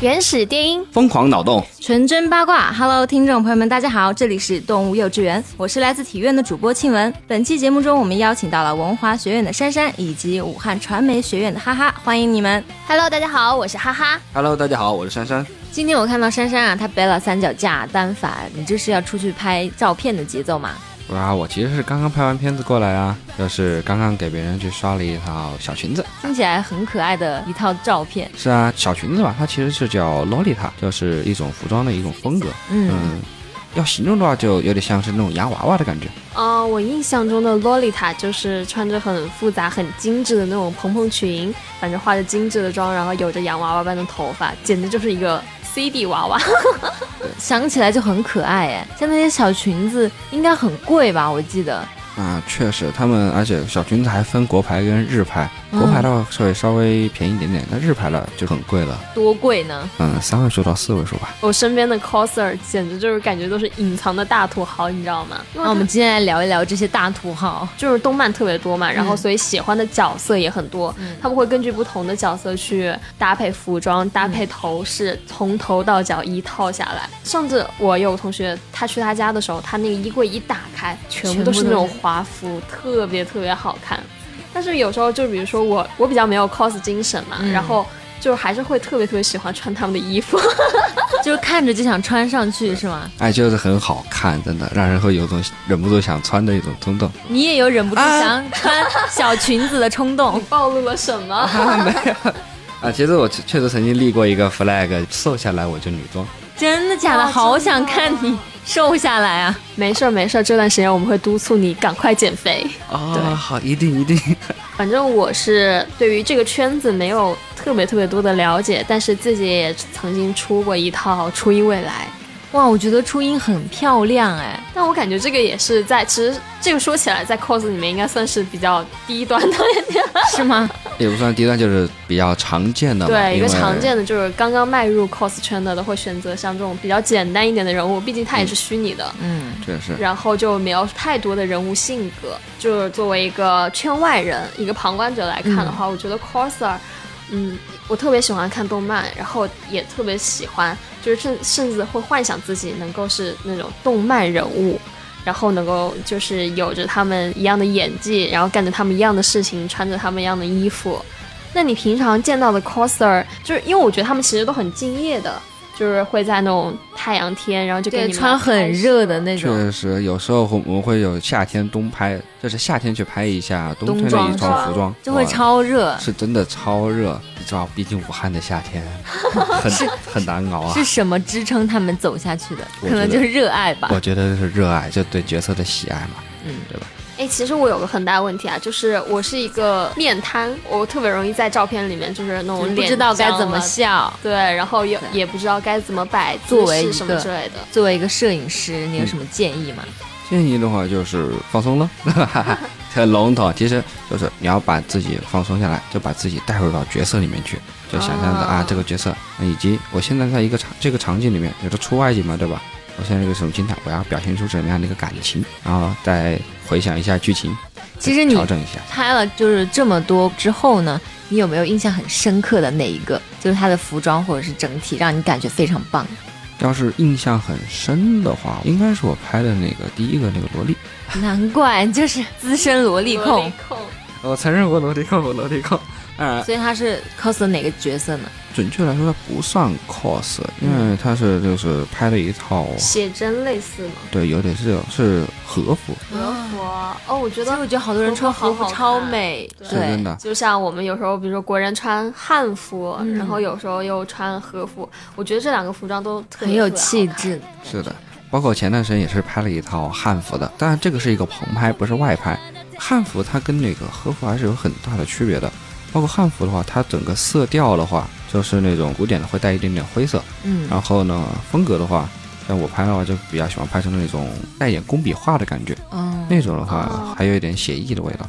原始电音，疯狂脑洞，纯真八卦，Hello，听众朋友们，大家好，这里是动物幼稚园，我是来自体院的主播庆文。本期节目中，我们邀请到了文华学院的珊珊以及武汉传媒学院的哈哈，欢迎你们。 Hello，大家好，我是哈哈。 Hello，大家好，我是珊珊。今天我看到珊珊啊，她背了三脚架单反，你这是要出去拍照片的节奏吗？哇，我其实是刚刚拍完片子过来啊，就是刚刚给别人去刷了一套小裙子。听起来很可爱的一套照片，是啊，小裙子吧，它其实是叫洛丽塔，就是一种服装的一种风格。嗯。嗯，要形容的话，就有点像是那种洋娃娃的感觉。呃，我印象中的洛丽塔就是穿着很复杂、很精致的那种蓬蓬裙，反正化着精致的妆，然后有着洋娃娃般的头发，简直就是一个 CD 娃娃。 想起来就很可爱哎，像那些小裙子应该很贵吧？我记得，啊，确实，他们而且小裙子还分国牌跟日牌，国牌的话会稍微便宜一点点，那日牌了就很贵了，多贵呢？嗯，三位数到四位数吧。我身边的 coser 简直就是感觉都是隐藏的大土豪，你知道吗？那我们今天来聊一聊这些大土 豪。就是动漫特别多嘛，然后嗯所以喜欢的角色也很多，他们会根据不同的角色去搭配服装、搭配头饰，从头到脚一套下来。甚至我有同学，他去他家的时候，他那个衣柜一打开，全部都是那种华服，特别特别好看。但是有时候就比如说我，我比较没有 cos 精神嘛，然后就还是会特别特别喜欢穿他们的衣服。。就是看着就想穿上去是吗？哎，就是很好看，真的让人会有种忍不住想穿的一种冲动。你也有忍不住想穿小裙子的冲动 暴露了什 么？啊，其实我确确实曾经立过一个 flag，瘦下来我就女装。真的假的？好想看你瘦下来啊！没事儿没事儿，这段时间我们会督促你赶快减肥。啊对好，一定一定。反正我是对于这个圈子没有特别特别多的了解，但是自己也曾经出过一套初音未来，哇，我觉得初音很漂亮哎，但我感觉这个也是在，其实这个说起来在 cos 里面应该算是比较低端的，是吗？也不算低端，就是比较常见的嘛。对，一个因为常。见的就是刚刚迈入 cos 圈的都会选择像这种比较简单一点的人物，毕竟它也是虚拟的。嗯，确实，然后就没有太多的人物性格，就是作为一个圈外人、一个旁观者来看的话，我觉得 coser，嗯，我特别喜欢看动漫，然后也特别喜欢，就是甚甚至会幻想自己能够是那种动漫人物，然后能够就是有着他们一样的演技，然后干着他们一样的事情，穿着他们一样的衣服。那你平常见到的 coser，就是因为我觉得他们其实都很敬业的，就是会在那种太阳天，然后就给 对，你们穿很热的那种。确实，有时候我们会有夏天冬拍，就是夏天去拍一下冬天的冬装一套服装，就会哇。超热，是真的超热，你知道，毕竟武汉的夏 天很很难熬啊是。什么支撑他们走下去的？我可能觉就得是热爱吧。我觉得是热爱，就对角色的喜爱嘛。嗯，对吧？哎，其实我有个很大问题啊，就是我是一个面瘫，我特别容易在照片里面就是那我种不脸知道该怎么僵了，笑。对，然后也对也不知道该怎么摆作姿为一势什么个之类的。作为一个摄影师，你有什么建议吗？建议的话就是放松 了，很笼统。其实就是你要把自己放松下来，就把自己带入到角色里面去，就想象的哦啊这个角色，以及我现在在一个场这个场景里面，有的出外景嘛，对吧？我现在这个什么心态，我要表现出怎么样的一个感情，然后再回想一下剧情，其实你调整一下。拍了就是这么多之后呢，你有没有印象很深刻的哪一个？就是他的服装或者是整体让你感觉非常棒。要是印象很深的话，应该是我拍的那个第一个那个萝莉，难怪就是资深萝莉萝控莉，控，我承认我萝莉控，我萝莉控。当然，所以他是 cos 哪个角色呢？呃准确来说，它不算 cos，因为它是就是拍了一套写真类似吗？对，有点是是和服，和服啊哦，我觉其实得我觉得好多人穿和和服服好好看超美，是真的。就像我们有时候，比如说国人穿汉服，嗯然后有时候又穿和服，我觉得这两个服装都特别很有特别好气看质。是的，包括前段时间也是拍了一套汉服的，当然这个是一个棚拍，不是外拍。汉服它跟那个和服还是有很大的区别的，包括汉服的话，它整个色调的话，就是那种古典的会带一点点灰色，嗯然后呢风格的话，像我拍的话就比较喜欢拍成那种带一点工笔画的感觉，嗯，那种的话还有一点写意的味道。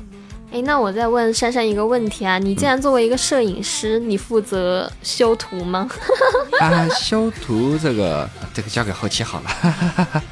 哎，那我再问珊珊一个问题啊，你既然作为一个摄影师，你负责修图吗？啊，修图这个这个交给后期好了。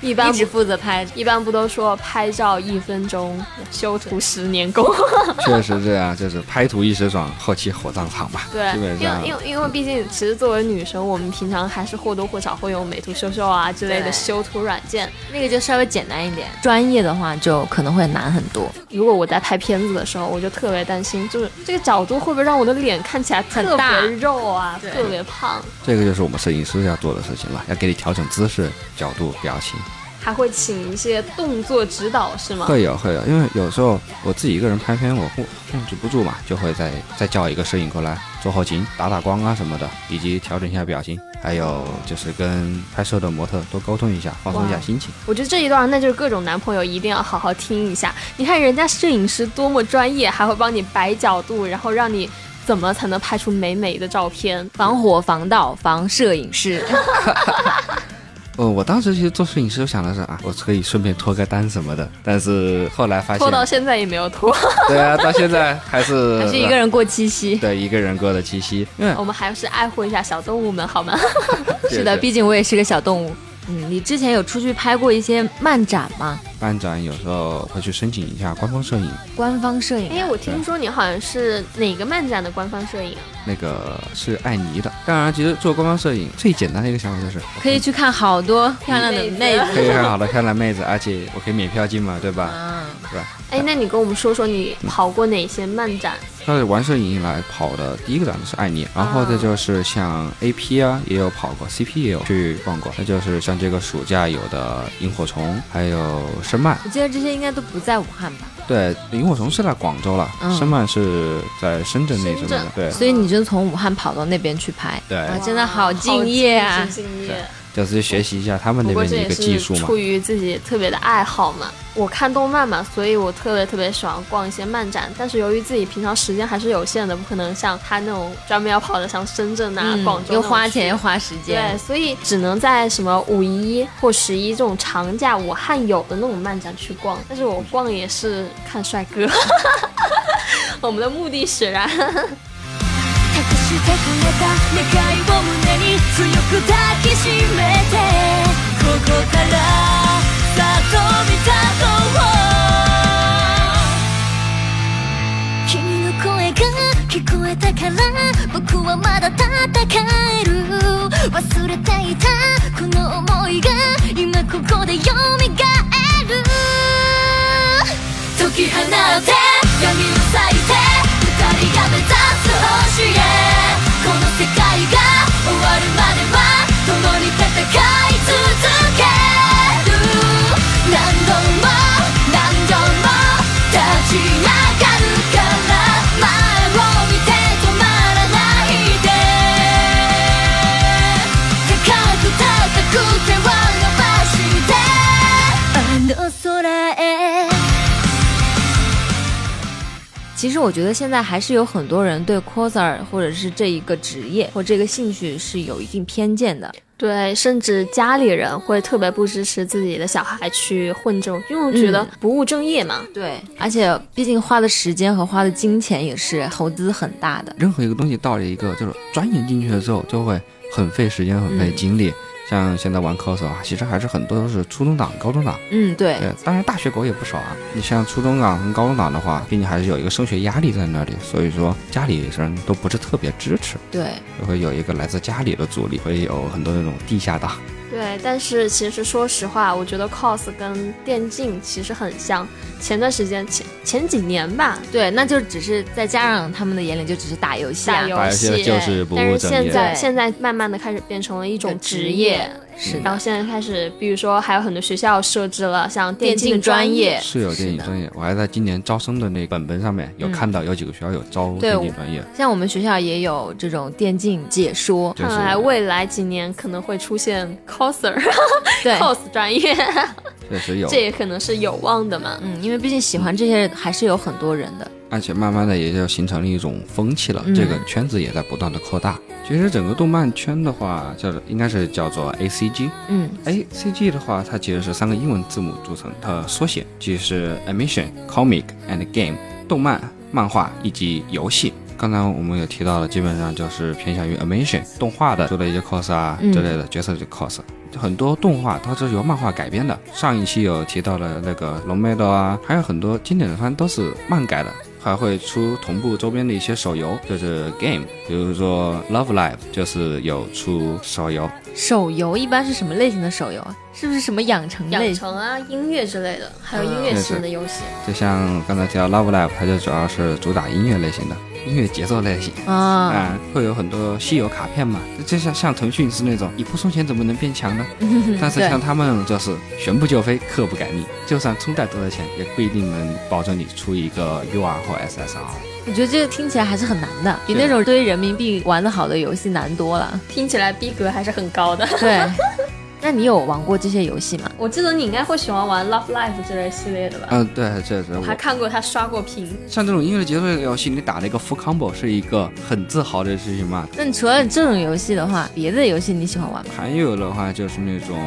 一般一直负责拍，一般不都说拍照一分钟，修图十年功？ 确实这样，就是拍图一时爽，后期火葬场吧。 对基，本因上为因为因为毕竟，其实作为女生，我们平常还是或多或少会用美图秀秀啊之类的对修图软件。那个就稍微简单一点。专业的话就可能会难很多，如果我在拍片子的时候，我就特别担心，就是这个角度会不会让我的脸看起来特很大别肉啊，对特别胖，这个就是我们摄影师要做的事情了，要给你调整姿势、角度、表情。还会请一些动作指导是吗？会有会有，因为有时候我自己一个人拍片，我控控制不住嘛，就会再再叫一个摄影过来做后勤、打打光啊什么的，以及调整一下表情，还有就是跟拍摄的模特多沟通一下，放松一下哇心情。我觉得这一段那就是各种男朋友一定要好好听一下。你看人家摄影师多么专业，还会帮你摆角度，然后让你怎么才能拍出美美的照片。防火、防盗、防摄影 师。呃，我当时其实做摄影师想的是啊，我可以顺便脱个单什么的，但是后来发现拖， 到现在也没有拖，对啊，到现在还是还是一个人过七夕。对一个人 过的七夕，因为 我们还是爱护一下小动物们好吗？嗯是的，毕。毕竟我也是个小动物。嗯，你之前有出去拍过一些漫展吗？班长有时候会去申请一下官方摄影，官方摄影啊、哎，我听说你好像是哪个漫展的官方摄影啊？那个是爱妮的。当然，其实做官方摄影最简单的一个想法就是可以去看好多漂亮的妹可子。以很好的漂亮妹子，而且我可以免票进嘛，对吧？嗯，哎，那你跟我们说说你跑过哪些漫展？开始玩摄影以来跑的第一个展的是爱妮，然后再就是像 AP 啊也有跑过，CP 也有去逛过，那就是像这个暑假有的萤火虫，还有申曼。我记得这些应该都不在武汉吧？对，萤火虫是在广州了，嗯申曼是在深圳那什么深的圳，对。所以你就从武汉跑到那边去拍。对，哇真的好敬业啊好敬业！就是学习一下他们那不过边这的一也个技是术嘛。出于自己特别的爱好嘛。我看动漫嘛，所以我特别特别喜欢逛一些漫展。但是由于自己平常时间还是有限的，不可能像他那种专门要跑的像深圳啊、嗯广州又那种花去钱又花时对，间。所以只能在什么五一或十一这种长假，武汉有的那种漫展去逛。但是我逛也是看帅哥， 我们的目的使然。 託してくれた願いを胸に強く抱きしめてここからさとみたと君の声が聞こえたから僕はまだ戦える忘れていたこの想いが今ここで蘇る解き放て闇を裂いて二人が目指す星へこの世界が終わるまでは共に戦い続ける何度も何度も立ち上がるから前を見て止まらないで高く高く手を伸ばしてあの空へ其实我觉得现在还是有很多人对 coser 或者是这一个职业或这个兴趣是有一定偏见的。对，甚至家里人会特别不支持自己的小孩去混这种，因为觉得嗯不务正业嘛。对，而且毕竟花的时间和花的金钱也是投资很大的。任何一个东西到了一个就是钻研进去了之后，就会很费时间、很嗯费精力。像现在玩 cos 啊，其实还是很多都是初中档、高中档。嗯，对，对，当然大学狗也不少啊。你像初中档跟高中档的话，毕竟还是有一个升学压力在那里，所以说家里人都不是特别支持，对，就会有一个来自家里的阻力，会有很多那种地下 党。对，但是其实说实话，我觉得 cos 跟电竞其实很像。前段时间前前几年吧，对，那就只是在家长他们的眼里就只是打游戏打啊。游打游戏戏就是不务但是正现业在对现在慢慢的开始变成了一种职业，嗯是的然后现在开始，比如说还有很多学校设置了像电竞竞专业，业是有电影的专业，我还在今年招生的那本本上面有嗯看到有几个学校有招对电竞专业，像我们学校也有这种电竞解说，就是看来未来几年可能会出现 coser 对 cos 专业。确实有这，也可能是有望的嘛。嗯，因为毕竟喜欢这些还是有很多人的。而且慢慢的也就形成了一种风气了，嗯这个圈子也在不断的扩大。其实整个动漫圈的话，叫做应该是叫做 ACG。嗯 ACG 哎的话，它其实是三个英文字母组成的缩写，即是 Animation、Comic and Game，动漫、漫画以及游戏。刚才我们也提到了，基本上就是偏向于 animation 动画的，做的一些 cos 啊嗯之类的角色的 cos，、很多动画它是由漫画改编的。上一期有提到了那个《龙妹的》啊，还有很多经典的番都是漫改的。还会出同步周边的一些手游，就是 game，比如说 Love Live，就是有出手游，手游一般是什么类型的手游啊？是不是什么养成养类？成啊，音乐之类的，还有音乐型的游戏，就像刚才提到 Love Live，它就主要是主打音乐类型的，音乐节奏类型。啊，啊，会有很多稀有卡片嘛，就像像腾讯是那种你不充钱怎么能变强呢？但是 对像他们就是旋不就飞，客不改逆，就算充再多的钱，也不一定能保证你出一个 UR 或 SSR。我觉得这个听起来还是很难的，比那种堆人民币玩的好的游戏难多 了。听起来逼格还是很高的。 对，那你有玩过这些游戏吗？我记得你应该会喜欢玩 Love Live 这类系列的吧？嗯，对，确实，我我还看过他刷过屏，像这种音乐节奏类游戏，你打了一个 full combo 是一个很自豪的事情嘛。那你除了这种游戏的话，别的游戏你喜欢玩吗？还有的话就是那种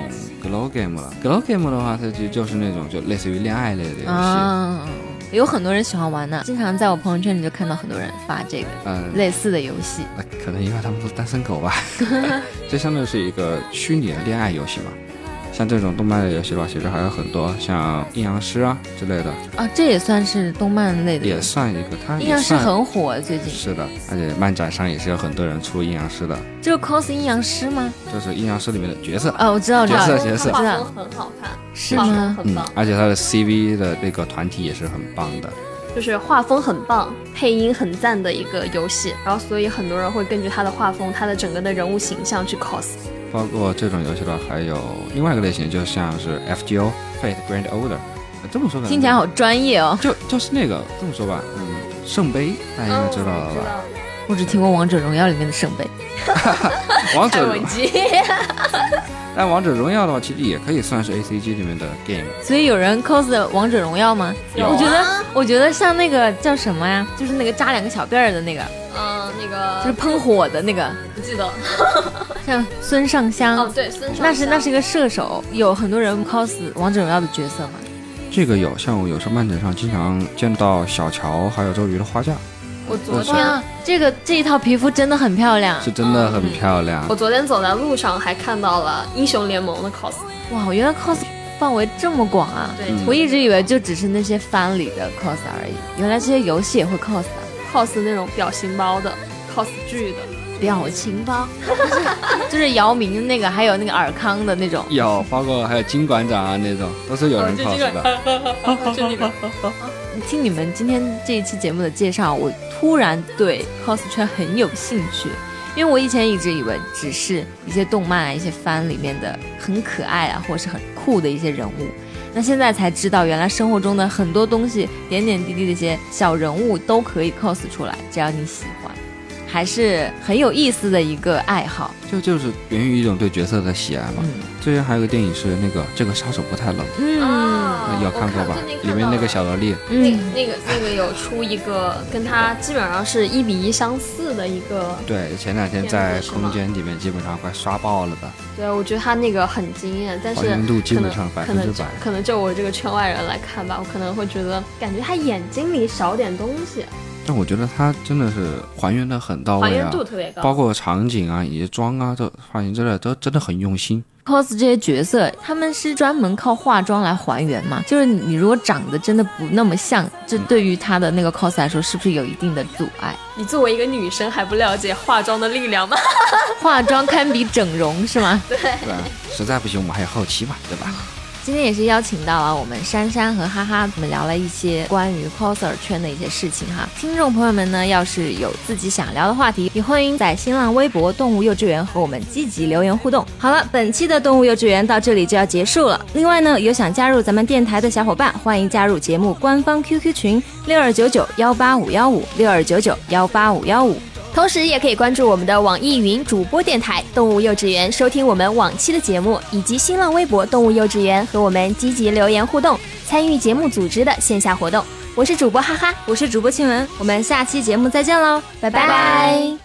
glow game 了，glow game 的话，它就就是那种就类似于恋爱类的游戏，啊，有很多人喜欢玩呢，经常在我朋友圈里就看到很多人发这个嗯，类似的游戏。那可能因为他们都是单身狗吧， 这相当于是一个虚拟的恋爱游戏嘛。像这种动漫类游戏的话，其实还有很多，像阴阳师啊之类的，啊，这也算是动漫类的游也戏，算一个，它阴也阳师算很火最近。是的，而且漫展上也是有很多人出阴阳师的，这个 cos 阴阳师吗？就是阴阳师里面的角色，哦，我知道，我知角道色，他角色画风很好看，是画风吗？嗯很棒，，而且它的 CV 的那个团体也是很棒的。就是画风很棒，配音很赞的一个游戏。然后所以很多人会根据他的画风，他的整个的人物形象去 cos。包括这种游戏的话，还有另外一个类型，就像是 FGO Fate Grand Order，这呃么说可能听起来好专业哦，就就是那个这么说吧，嗯，圣杯大家应该哎知道了吧？哦我只听过王者荣耀里面的圣杯。 王太者稳，机，但王者荣耀的话，其实也可以算是 A C G 里面的 game。所以有人 cos 王者荣耀吗？有啊我觉得，我觉得像那个叫什么呀，就是那个扎两个小辫儿的那个， 嗯，那就是个喷火的那个，不记得。像孙尚香。哦，对，孙嗯尚那是香那是一个射手，有很多人 cos 王者荣耀的角色嘛？这个有，像我有时候漫展上经常见到小乔还有周瑜的花架，我昨对天哇，这个这一套皮肤真的很漂亮是真的很漂亮我。昨天走在路上还看到了英雄联盟的 cos，哇！我原来 cos 范围这么广啊！对，嗯我一直以为就只是那些番里的 cos 而已，原来这些游戏也会 cos 啊！ cos 那种表情包的 cos 剧的，表情包， 就是就是姚明的那个，还有那个尔康的那种。有，包括还有金馆长啊那种，都是有人 cos 的。就那个听你们今天这一期节目的介绍，我突然对 cos 圈很有兴趣，因为我以前一直以为只是一些动漫啊、一些番里面的很可爱啊，或者是很酷的一些人物。那现在才知道，原来生活中的很多东西，点点滴滴的一些小人物都可以 cos 出来，只要你喜欢，还是很有意思的一个爱好。这就是源于一种对角色的喜爱嘛。嗯之前还有个电影是那个《这个杀手不太冷》，嗯啊有看过吧我？最近看到里面那个小萝莉，那嗯，那个那个有出一个跟他基本上是一比一相似的一个，对，前两天在空间里面基本上快刷爆了的，对我觉得他那个很惊艳，但是还原度基可本能上百可分之能百。可能就我这个圈外人来看吧，我可能会觉得感觉他眼睛里少点东西，但我觉得它真的是还原的很到还位原啊，度特别高。包括场景啊、以及妆啊、这发型之类的，都真的很用心。 cos 这些角色，他们是专门靠化妆来还原嘛？就是你你如果长得真的不那么像，这对于他的那个 cos 来说，是不是有一定的阻碍？你作为一个女生还不了解化妆的力量吗？化妆堪比整容是吗？对吧，实在不行我们还有后期嘛，对吧？今天也是邀请到了我们珊珊和哈哈，我们聊了一些关于 coser 圈的一些事情哈。听众朋友们呢，要是有自己想聊的话题，也欢迎在新浪微博“动物幼稚园”和我们积极留言互动。好了，本期的动物幼稚园到这里就要结束了。另外呢，有想加入咱们电台的小伙伴，欢迎加入节目官方 QQ 群六二九九幺八五幺五六二九九幺八五幺五。同时也可以关注我们的网易云主播电台“动物幼稚园”，收听我们往期的节目，以及新浪微博“动物幼稚园”和我们积极留言互动，参与节目组织的线下活动。我是主播哈哈，我是主播青文，我们下期节目再见喽，拜拜